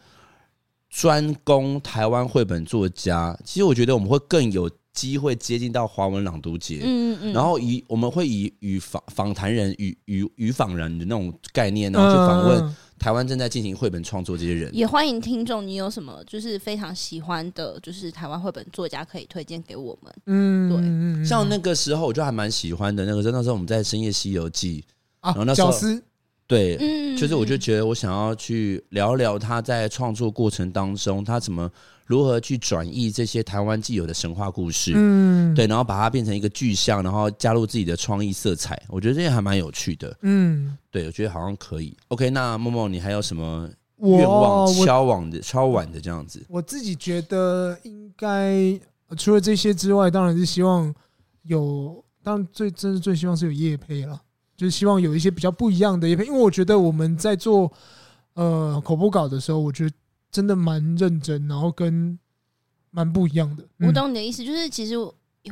专攻台湾绘本作家，其实我觉得我们会更有机会接近到华文朗读节。
嗯嗯，
然后以我们会以与访访谈人与与与访人的那种概念，然后去访问
嗯
台湾正在进行绘本创作这些人。
也欢迎听众，你有什么就是非常喜欢的，就是台湾绘本作家可以推荐给我们？
嗯，
对
嗯嗯
像那个时候我就还蛮喜欢的，那个时候那时候我们在《深夜西游记》，
啊
然后那时候
绞丝
对，
嗯，
就是我就觉得我想要去聊聊他在创作过程当中，他怎么如何去转译这些台湾既有的神话故事，
嗯，
对，然后把它变成一个具象，然后加入自己的创意色彩，我觉得这些还蛮有趣的。
嗯，
对，我觉得好像可以。OK，那梦梦，你还有什么
我
愿望、
我
敲往的、敲碗的这样子？
我自己觉得应该呃除了这些之外，当然是希望有，当然最真是最希望是有业配了，就是希望有一些比较不一样的业配，因为我觉得我们在做呃口播稿的时候，我觉得真的蛮认真，然后跟蛮不一样的。嗯
嗯
我懂你的意思，就是其实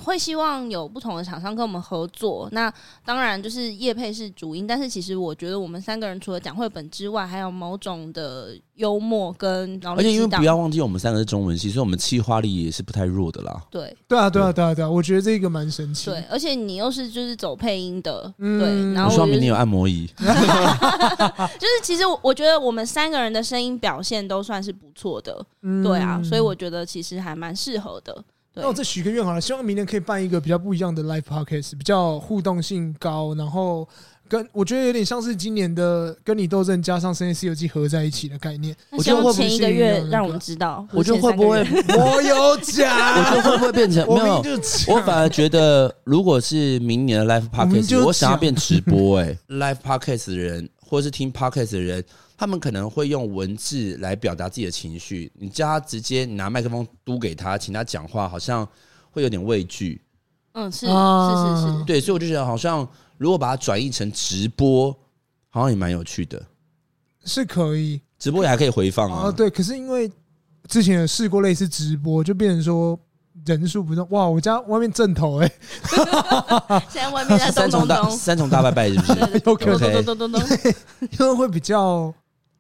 会希望有不同的厂商跟我们合作。那当然就是业配是主因，但是其实我觉得我们三个人除了讲绘本之外，还有某种的幽默跟然后
而且因为不要忘记我们三个是中文系，所以我们气化力也是不太弱的啦。
对
对啊，对啊，对啊，对啊，我觉得这个蛮神奇。
对，而且你又是就是走配音的，
嗯
对，然
我
后
希
我
望
就
明
是
年有按摩椅，
就是其实我我觉得我们三个人的声音表现都算是不错的，
嗯
对啊，所以我觉得其实还蛮适合的。对
那我再许个愿好了，希望明年可以办一个比较不一样的 live podcast，比较互动性高，然后跟我觉得有点像是今年的《跟你斗阵》加上《深夜西游记》合在一起的概念。
那
我
希
觉得
望
会
前
不
会
一
是
个
那
月
个
让我们知道，
我觉得会 不会，我
或者前三个月
我有讲，
觉得会不会变成没
我
有
明？就讲
我反而觉得，如果是明年的 Live
我们就
Podcast，我想要
讲
变直播、欸。哎 ，Live Podcast 的人，或是听 Podcast 的人，他们可能会用文字来表达自己的情绪。你叫他直接拿麦克风嘟给他，请他讲话，好像会有点畏惧。
嗯，是
啊
是是是，
对，所以我就觉得，好像如果把它转译成直播，好像也蛮有趣的。
是可以
直播也还可以回放啊。
啊，对。可是因为之前有试过类似直播，就变成说人数不重。哇，我家外面正头哎、欸
现在外面 在
啊三
咚
重
咚
大
咚，
三重大拜拜是不是？
有 可能
咚咚咚咚咚咚，
因为会比较，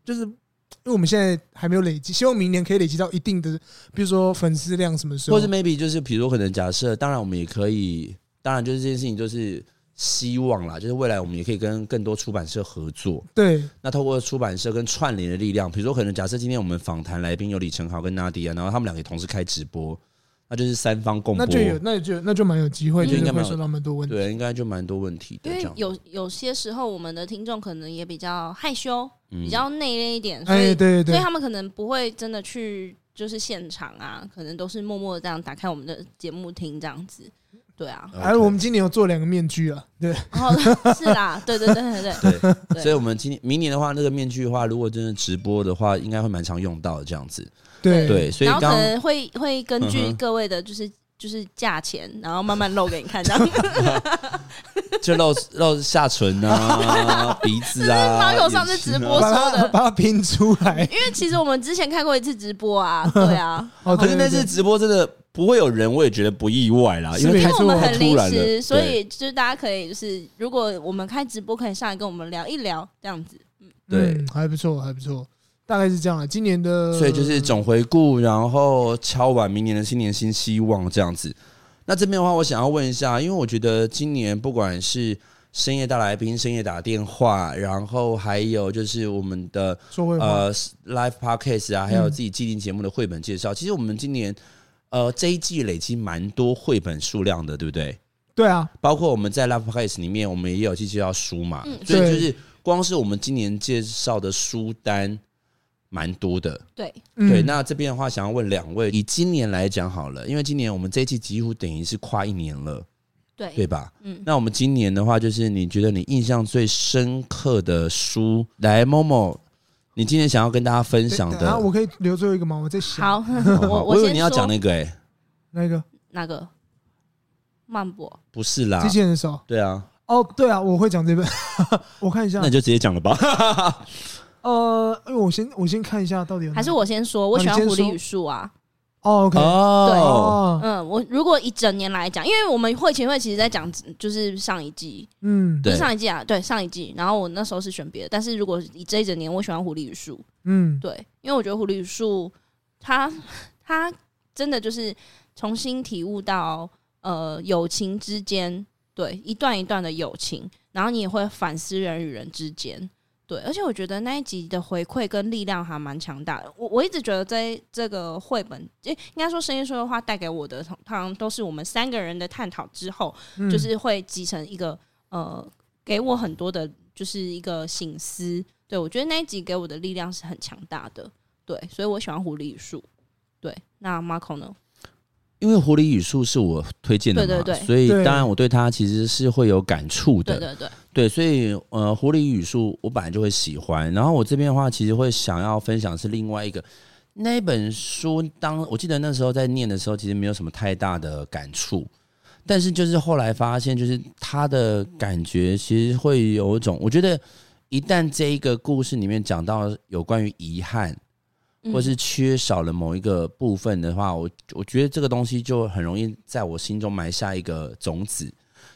就是因为我们现在还没有累积，希望明年可以累积到一定的，比如说粉丝量什么时候，
或是 maybe 就是比如说可能假设，当然我们也可以，当然就是这件事情就是希望啦，就是未来我们也可以跟更多出版社合作。
对，
那透过出版社跟串联的力量，比如说可能假设今天我们访谈来宾有李晨豪跟 Nadia，然后他们两个同时开直播，那就是三方共播
那，就有，那就那就蛮有机会，
嗯
就
应
是
该
会
蛮有
收到蛮多问题。
对，应该就蛮多问题的
因为
这样。
有有些时候我们的听众可能也比较害羞，
嗯
比较内敛一点，所
哎，
以
对对
所以
对，
他们可能不会真的去就是现场啊，可能都是默默的这样打开我们的节目听这样子。对啊，
OK
哎，我们今年有做两个面具啊，对，
然后 是啦，对对对对对，
对，
对
所以我们今年明年的话，那个面具的话，如果真的直播的话，应该会蛮常用到的这样子。
对
对，所以
然后
刚
可能会会根
嗯
据
哼
各位的就是就是价钱，然后慢慢露给你看，这样
就露露下唇 啊、鼻子 啊。
这是 Marco 上次
眼睛
直
啊
播我
把
说
它
的
把它拼出 来。
因为其实我们之前看过一次直播啊，对啊，
哦，
可
对
是
对
那
对
次直播真的不会有人，我也觉得不意外啦，
是
因为
没
太
错
我们
太
很
突
临
然了。
时，
对
所以就是大家可以就是，如果我们开直播，可以上来跟我们聊一聊这样子。
对
嗯还不错，还不错，大概是这样啊了。今年的，
所以就是总回顾，然后敲完明年的新年新希望这样子。那这边的话，我想要问一下，因为我觉得今年不管是深夜大来宾、深夜打电话，然后还有就是我们的
说会话，
呃 live podcast
嗯
啊，还有自己既定节目的绘本介绍，其实我们今年呃这一季累积蛮多绘本数量的，对不对？
对啊，
包括我们在 Love Podcast 里面，我们也有去介绍书嘛，
嗯
所以
对
就是光是我们今年介绍的书单蛮多的。
对，
嗯
对，那这边的话，想要问两位，以今年来讲好了，因为今年我们这一季几乎等于是跨一年了，
对，
对吧？
嗯，
那我们今年的话，就是你觉得你印象最深刻的书，来某某，你今年想要跟大家分享
然后
的，
啊我可以留最后一个吗？我在想
好，
哦
我
我以为
先
你要讲
说
那个、哎，
那个
哪个？漫博，
不是啦
机，器人的手。
对啊，
哦，对啊，我会讲这本， 我看一下
那你。就直接讲 了吧。
呃，因为我先我先看一下到底
啊
有哪
还是我先说，我
那
喜
你
欢
先
狐狸
说
与树啊。
哦，OK，
哦，
哦，
嗯，我如果一整年来讲，因为我们会前会其实在讲就是上一季，
嗯
不
对
是上一季啊，对上一季。然后我那时候是选别的，但是如果以这一整年，我喜欢狐狸与树，
嗯，
对，因为我觉得狐狸与树，它它真的就是重新体悟到呃友情之间，对一段一段的友情，然后你也会反思人与人之间。对，而且我觉得那一集的回馈跟力量还蛮强大的。我我一直觉得在这个绘本，诶应该说《声音说的话》带给我的，通常都是我们三个人的探讨之后，
嗯
就是会集成一个呃，给我很多的，就是一个醒思。对我觉得那一集给我的力量是很强大的，对，所以我喜欢狐狸与树。对，那 Marco 呢？
因为《狐狸与树》是我推荐的嘛，
对对对
所以
对
当然我对它其实是会有感触的，
对对对，
对所以呃，《狐狸与树》我本来就会喜欢，然后我这边的话，其实会想要分享是另外一个那一本书当，我记得那时候在念的时候，其实没有什么太大的感触，但是就是后来发现，就是它的感觉其实会有一种，我觉得一旦这一个故事里面讲到有关于遗憾，
嗯
或是缺少了某一个部分的话，我我觉得这个东西就很容易在我心中埋下一个种子，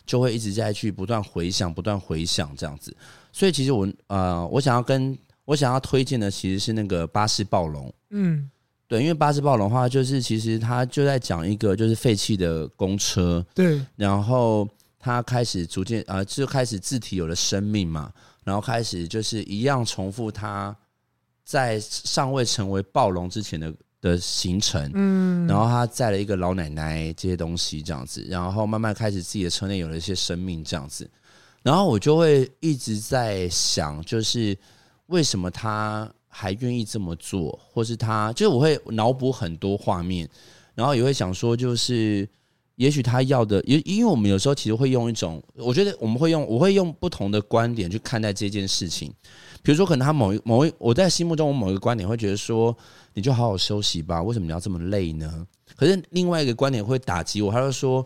就会一直在去不断回想、不断回想这样子。所以其实我呃，我想要跟我想要推荐的其实是那个巴士暴龙。
嗯
对，因为巴士暴龙的话，就是其实它就在讲一个就是废弃的公车，
对，
然后它开始逐渐啊、呃就开始自体有了生命嘛，然后开始就是一样重复它在尚未成为暴龙之前的的行程，
嗯，
然后它载了一个老奶奶这些东西这样子，然后慢慢开始自己的车内有了一些生命这样子，然后我就会一直在想，就是为什么他还愿意这么做，或是他就是我会脑补很多画面，然后也会想说，就是也许他要的，也因为我们有时候其实会用一种，我觉得我们会用，我会用不同的观点去看待这件事情。比如说，可能他某一某一，我在心目中我某一个观点会觉得说，你就好好休息吧，为什么你要这么累呢？可是另外一个观点会打击我，他就说，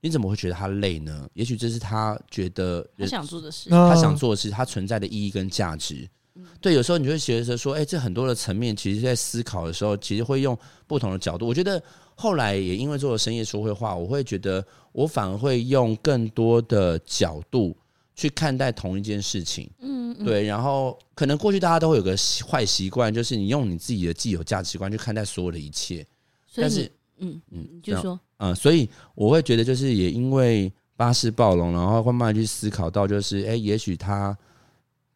你怎么会觉得他累呢？也许这是他觉得
他
人
想做的事，
他
他
想，做的是他存在的意义跟价值。
嗯
对，有时候你就会觉得说，哎、这很多的层面，其实在思考的时候，其实会用不同的角度。我觉得后来也因为做了深夜说会话，我会觉得我反而会用更多的角度去看待同一件事情。
嗯，嗯，
对，然后可能过去大家都会有个习坏习惯，就是你用你自己的既有价值观去看待所有的一切。
所以
但是
你，嗯
嗯
嗯，你就说，
嗯，所以我会觉得，就是也因为巴士暴龙，然后慢慢去思考到，就是哎、诶也许他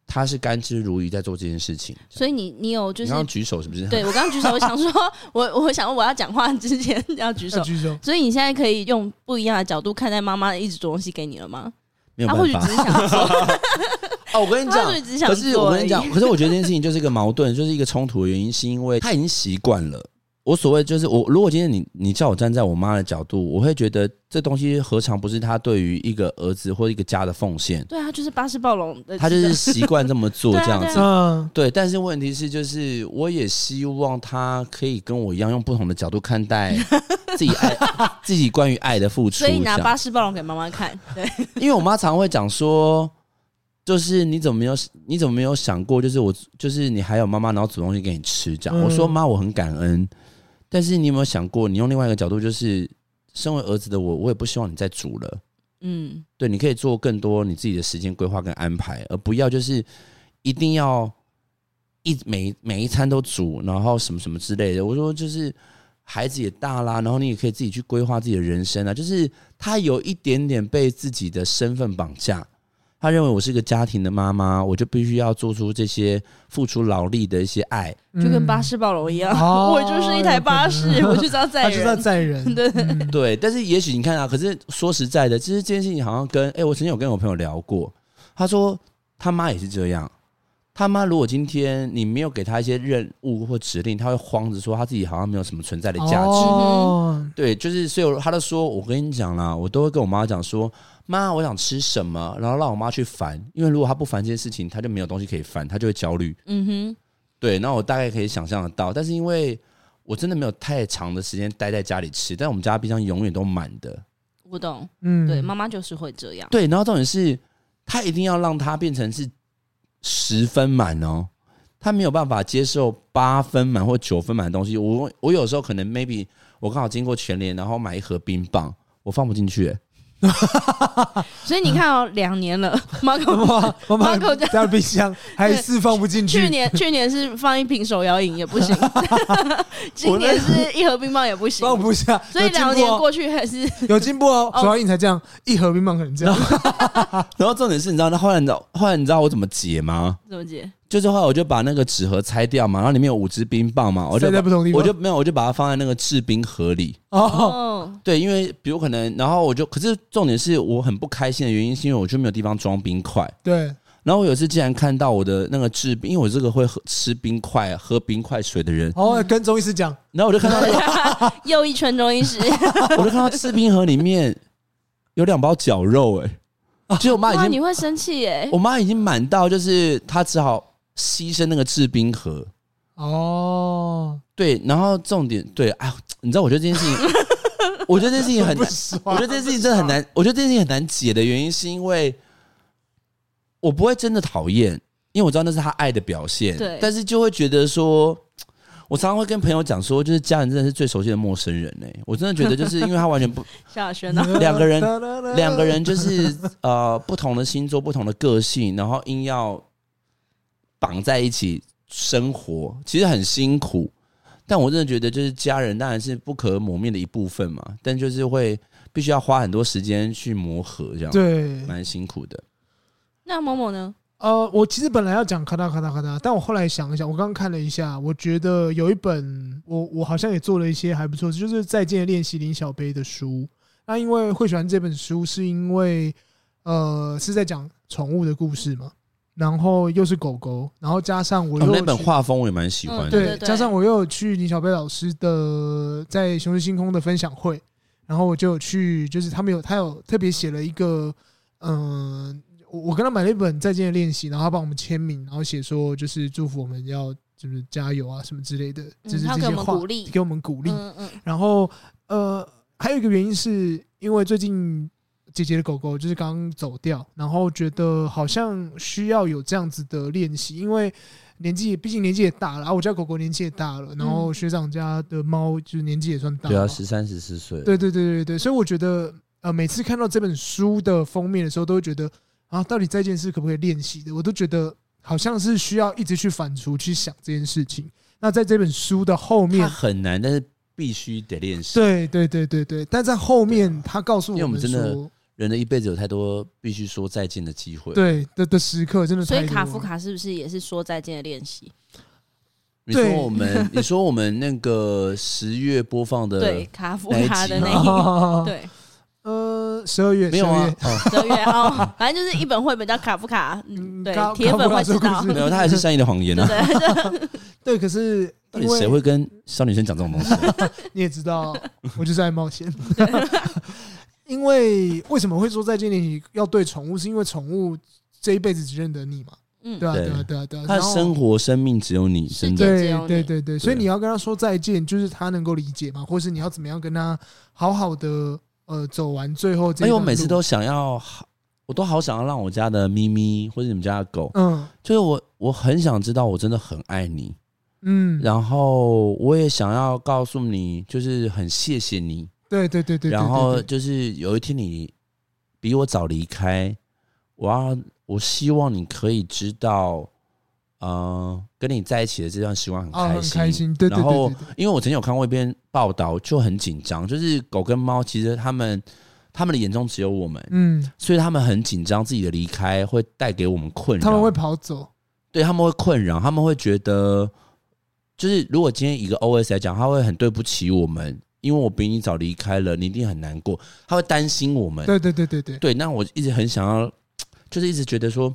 他是甘之如饴在做这件事情。
所以你你有就
你
是
刚刚举手是不是？
对我刚刚举手，我想说，我我想我要讲话之 前要举手
要，举手，
所以你现在可以用不一样的角度看待妈妈一直煮东西给你了吗？
没有
他
办
或许
法
只。是想说，
哦，我跟你
他
讲
或许，只是想
可是我
做而
跟
已？
你讲，可是我觉得这件事情就是一个矛盾，就是一个冲突的原因，是因为他已经习惯了。我所谓就是我，如果今天你你叫我站在我妈的角度，我会觉得这东西何尝不是他对于一个儿子或一个家的奉献
对啊，就是巴士暴龙的，
他就是习惯这么做
对啊
这样
对
子
啊。
嗯
对，但是问题是，就是我也希望他可以跟我一样，用不同的角度 看待自己爱自己关于爱的付出。
所以拿
这样
巴士暴龙给妈妈看，对，
因为我妈常会讲说，就是你怎么没有你怎么没有想过，就是我就是你还有妈妈，然后煮东西给你吃这
嗯
样。我说妈，我很感恩，但是你有没有想过，你用另外一个角度，就是身为儿子的我，我也不希望你再煮了。
嗯，
对，你可以做更多你自己的时间规划跟安排，而不要就是一定要一每每一餐都煮，然后什么什么之类的。我说就是孩子也大啦，然后你也可以自己去规划自己的人生啊。就是他有一点点被自己的身份绑架，他认为我是个家庭的妈妈，我就必须要做出这些付出劳力的一些爱。
就跟
嗯
巴士暴龙一样，
哦
我就是一台巴士，我就是要载
他就是在
人。
载
对
人，嗯
对，但是也许你看啊，可是说实在的，其实这件事情好像跟哎、我曾经有跟我朋友聊过，他说他妈也是这样。他妈如果今天你没有给他一些任务或指令，他会慌着说他自己好像没有什么存在的价值。
哦，
对，就是所以我他就说，我跟你讲啦，我都会跟我妈讲说，妈，我想吃什么，然后让我妈去烦，因为如果她不烦这件事情，她就没有东西可以烦，她就会焦虑。
嗯哼，
对，那我大概可以想象得到，但是因为我真的没有太长的时间待在家里吃，但我们家冰箱永远都满的。
我懂。
嗯，
对，妈妈就是会这样。
对，然后重点是，她一定要让它变成是十分满哦，她没有办法接受八分满或九分满的东西。我我有时候可能 maybe 我刚好经过全联，然后买一盒冰棒，我放不进去、欸
所以你看哦，两年 了，Marco
哇，我把
Marco
加入 冰箱还
对
是放不进
去
去，
年去年是放一瓶手摇饮也不行，今年是一盒冰棒也不行，
放不下，
所以
有进
两年
步哦
过去还是
有进步哦，
哦
主要你才这样，一盒冰棒可能 这样，
然后重点是，你知道，那后来你知道，后来你知道我怎么解吗？
怎么解？
就是后来我就把那个纸盒拆掉嘛，然后里面有五支冰棒嘛，我就
塞在不同地方
我就没有，我就把它放在那个制冰盒里。
哦，
哦，
对，因为比如可能，然后我就，可是重点是我很不开心的原因，是因为我就没有地方装冰块。
对，
然后我有一次竟然看到我的那个制冰，因为我是个会喝吃冰块、喝冰块水的人，
嗯
哦，跟中医师讲，
然后我就看到 那
哦又一圈中医师，
个，我就看到制冰盒里面有两包绞肉、欸，哎，其实我妈已
哇，
经
你会生气耶
我！妈已经满到，就是她只好牺牲那个制冰盒。
哦，
对，然后重点对，哎呦，你知道，我觉得这件事情，我觉得这件事 情很
不
难，
爽，
我觉得这件事情真的很难，我觉得这件事情很难解的原因是因为我不会真的讨厌，因为我知道那是他爱的表现，
对
但是就会觉得说。我常常会跟朋友讲说，就是家人真的是最熟悉的陌生人呢、我真的觉得，就是因为他完全不
萧亚轩呢？哦
嗯
两个人
人
两个人就是 呃不同的星座、不同的个性，然后硬要绑在一起生活，其实很辛苦。但我真的觉得，就是家人当然是不可磨灭的一部分嘛，但就是会必须要花很多时间去磨合，这样
对，
蛮辛苦的。
那某某呢？
呃，我其实本来要讲咔哒咔哒咔哒，但我后来想一想，我刚刚看了一下，我觉得有一本我我好像也做了一些还不错，就是《再见练习林小杯》的书。那因为会喜欢这本书，是因为呃是在讲宠物的故事嘛，然后又是狗狗，然后加上我
哦
又、
那本画风我也蛮喜欢
嗯
的，
对
对，加上我又有去林小贝老师的在雄狮星空的分享会，然后我就有去，就是他们有他有特别写了一个，嗯、我我跟他买了一本再见的练习，然后他帮我们签名，然后写说就是祝福我们要就是加油啊什么之类的，
嗯
就是
他
这
给
些
我们
话
鼓励
给我们鼓励。
嗯嗯，
然后呃，还有一个原因是因为最近姐姐的狗狗就是刚刚走掉，然后觉得好像需要有这样子的练习，因为年纪毕竟年纪也大了，啊，我家狗狗年纪也大了，然后学长家的猫就是年纪也算大
对
了
啊，
嘛，
十三十四岁，
对对对对对，所以我觉得呃，每次看到这本书的封面的时候，都会觉得啊，到底这件事可不可以练习的？我都觉得好像是需要一直去反刍去想这件事情。那在这本书的后面
它，很难，但是必须得练习。
对对对对对，但在后面、
对啊
他告诉
因为
我
我们
们
真的
说，
人的一辈子有太多必须说再见的机会。，
对的的时刻真的
所
太
以
多
卡夫
了
卡是不是也是说再见的练习？
你说
对
我们， 你说我们那个十月播放的
对，卡夫
哪一
卡
集
的那
啊
一。
哦，
对，
呃，十二月
没有
12
啊
月？
哦，
十二月哦， 反正就是一本绘本叫卡夫卡，嗯，
嗯
对
卡，
铁
卡
粉
夫卡
会
说
知
故
道，
事
对
没有，他还是善意的谎言
对
啊。
对，
对，可是
到
因
底谁
为
会跟小女生讲这种东西、啊？
你也 知道，我就是爱冒险。 因为为什么会说再见你要对宠物，是因为宠物这一辈子只认得你嘛？
嗯
对，啊，
对
对啊，对啊，对啊。
她的
然后
生活、生命只有你，真的。
也只
对
有
对
你
对对，所以
对
你要跟他说再见，就是他能够理解嘛，或是你要怎么样跟他好好的呃走完最后这
哎
一段
呦，我
路。
每次都想要，我都好想要让我家的咪咪或者你们家的狗，
嗯
就是我，我很想知道我真的很爱你，
嗯，
然后我也想要告诉你，就是很谢谢你，
对对对对，对
然
对
后
对
就是有一天你比我早离开，我要我希望你可以知道，呃，跟你在一起的这段时哦光很
啊，
开
很
心。
开心，对对
然
对
后
对对，
因为我曾经有看过一篇报道，就很紧张，就是狗跟猫其实它们他们的眼中只有我们，
嗯，
所以他们很紧张自己的离开会带给我们困扰。
他们会跑走，
对他们会困扰，他们会觉得，就是如果今天一个 OS 来讲，他会很对不起我们，因为我比你早离开了，你一定很难过，他会担心我们。
对对对对对，
对，那我一直很想要，就是一直觉得说，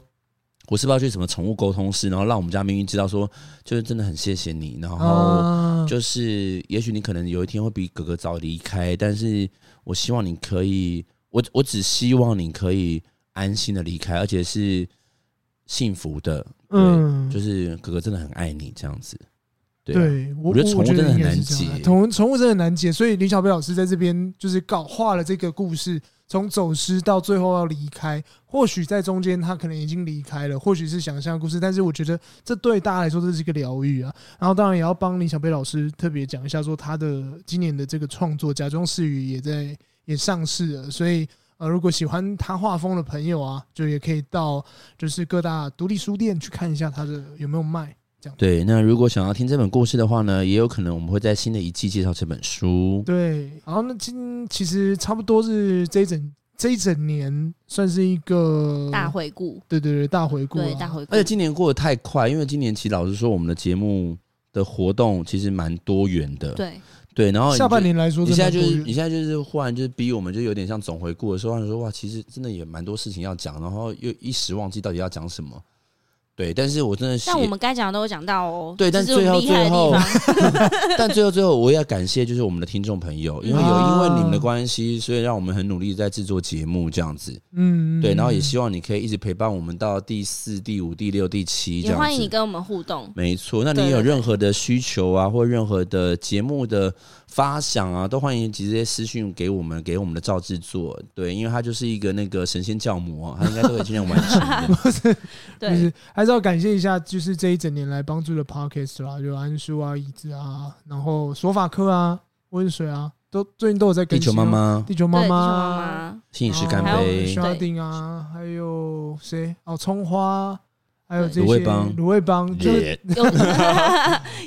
我是不是要去什么宠物沟通室，然后让我们家明明知道说，就是真的很谢谢你，然后
啊
就是也许你可能有一天会比哥哥早离开，但是我希望你可以，我我只希望你可以安心的离开，而且是幸福的。对
嗯
就是哥哥真的很爱你这样子。对啊
对，我
我觉得宠物
觉
真的
应
很
该是
难
这样的啊
解
宠宠物真的很难解，所以林小贝老师在这边就是搞画了这个故事，从走失到最后要离开，或许在中间他可能已经离开了，或许是想象的故事，但是我觉得这对大家来说这是一个疗愈啊。然后当然也要帮林小贝老师特别讲一下，说他的今年的这个创作《假装是雨》也在也上市了，所以。呃，如果喜欢他画风的朋友啊，就也可以到就是各大独立书店去看一下他的有没有卖。
对，那如果想要听这本故事的话呢，也有可能我们会在新的一季介绍这本书。
对，然后那今其实差不多是这一整这一整年算是一个
大，回顾，
对对对，大回顾啊啦，
对大回顾
而且，今年过得太快，因为今年其实老实说，我们的节目的活动其实蛮多元的。
对
对，然后你
下半
就
年来说
你
真
现
的
在
很
就
多元，
是你现在就是忽然就是逼我们，就有点像总回顾的时候，忽然说哇，其实真的也蛮多事情要讲，然后又一时忘记到底要讲什么。对，但是我真的是，
但我们该讲的都有讲到哦。
对
这
但
是我们
最后
厉害的地方，
但最后最后，我也要感谢就是我们的听众朋友，因为有因
啊
为你们的关系，所以让我们很努力地在制作节目这样子。
嗯，
对，然后也希望你可以一直陪伴我们到第四、第五、第六、第七这
也
样
欢迎你
子。
跟我们互动。
没错，那你
对
有
对对
任何的需求啊，或任何的节目的发想啊，都欢迎直接私讯给我们，给我们的赵制作。对，因为他就是一个那个神仙教母、啊，他应该都会尽量完成 的。
就
对
是还是要感谢一下，就是这一整年来帮助的 podcast 啦，有安叔啊、椅子啊，然后索法克啊、温水啊，都最近都有在
地
更新
球
啊、
妈妈，
地球妈
对，地球妈
妈、
妈，
心理师干
哦还有我们
杯
需
雪
要，
花丁啊，还有谁？哦，葱花，还有这些
对卤味帮
卤味帮，就是
耶
有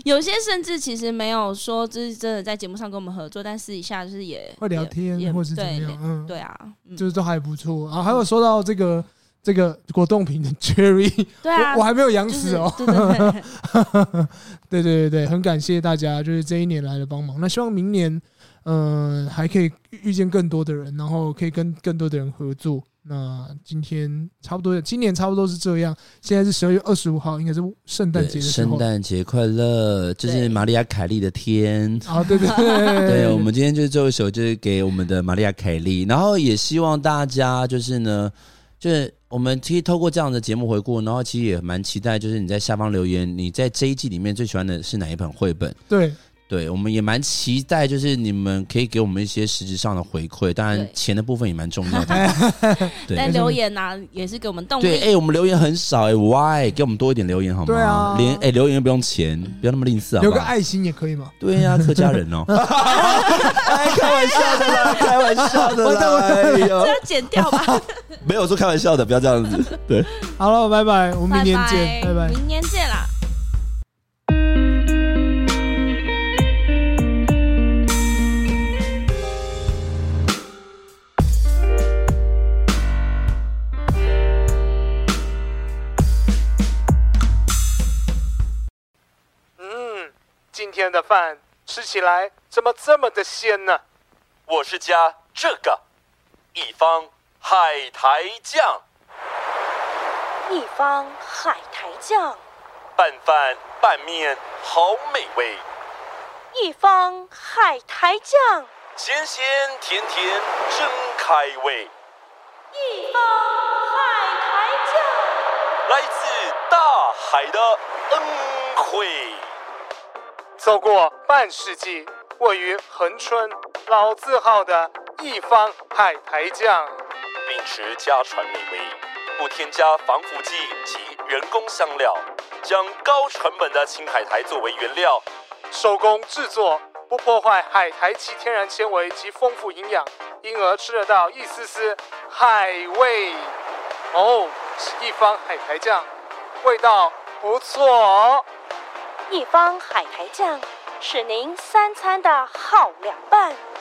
有 些甚至其实没有说，就是真的在节目上跟我们合作，但私底下就是也
会聊
也也
天或是怎么
对
样，嗯，
对啊，嗯
就是都还不错。然啊后还有说到这个这个果冻瓶的 Cherry，
对啊
我我，还没有养
就是
死哦。
对对对，
对对对对，很感谢大家就是这一年来的帮忙。那希望明年，嗯，还可以遇见更多的人，然后可以跟更多的人合作。那今天差不多，今年差不多是这样。现在是十二月二十五号，应该是圣诞
对，
节的时
圣
候。
诞节快乐！这是
对
玛利亚凯莉的天。
啊，对对对
对，我们今天就是最后一首，就是给我们的玛利亚凯莉，然后也希望大家就是呢，就是我们其实透过这样的节目回顾，然后其实也蛮期待，就是你在下方留言，你在这一季里面最喜欢的是哪一本绘本？
对
对，我们也蛮期待，就是你们可以给我们一些实质上的回馈，当然
对
钱的部分也蛮重要的。
哎，
但
对
留言啊也是给我们动
对，
力
哎、。我们留言很少哎、w h y 给我们多一点留言好吗？
对啊
连哎、留言又不用钱，不要那么吝啬好
留
不
个
好？
爱心也可以嘛。
对呀、客家人哦、 哎，开玩笑的啦，开玩笑的啦，哎呦。
要剪掉吧，
没有说开玩笑的，不要这样子。对。
好了，拜拜，我们明年见，拜拜。
明年见啦。
嗯，今天的饭吃起来怎么这么的鲜呢？
我是加这个，一方海苔酱
一方海苔酱，
拌饭拌面，好美味，
一方海苔酱，
咸咸甜甜真开胃，
一方海苔酱。
来自大海的恩惠。
走过半世纪，位于恒春老字号的一方海苔酱，
秉持家传美味，不添加防腐剂及人工香料，将高成本的青海苔作为原料，
手工制作，不破坏海苔其天然纤维及丰富营养，因而吃得到一丝丝海味。哦，一方海苔酱，味道不错哦。
一方海苔酱是您三餐的好良伴。啊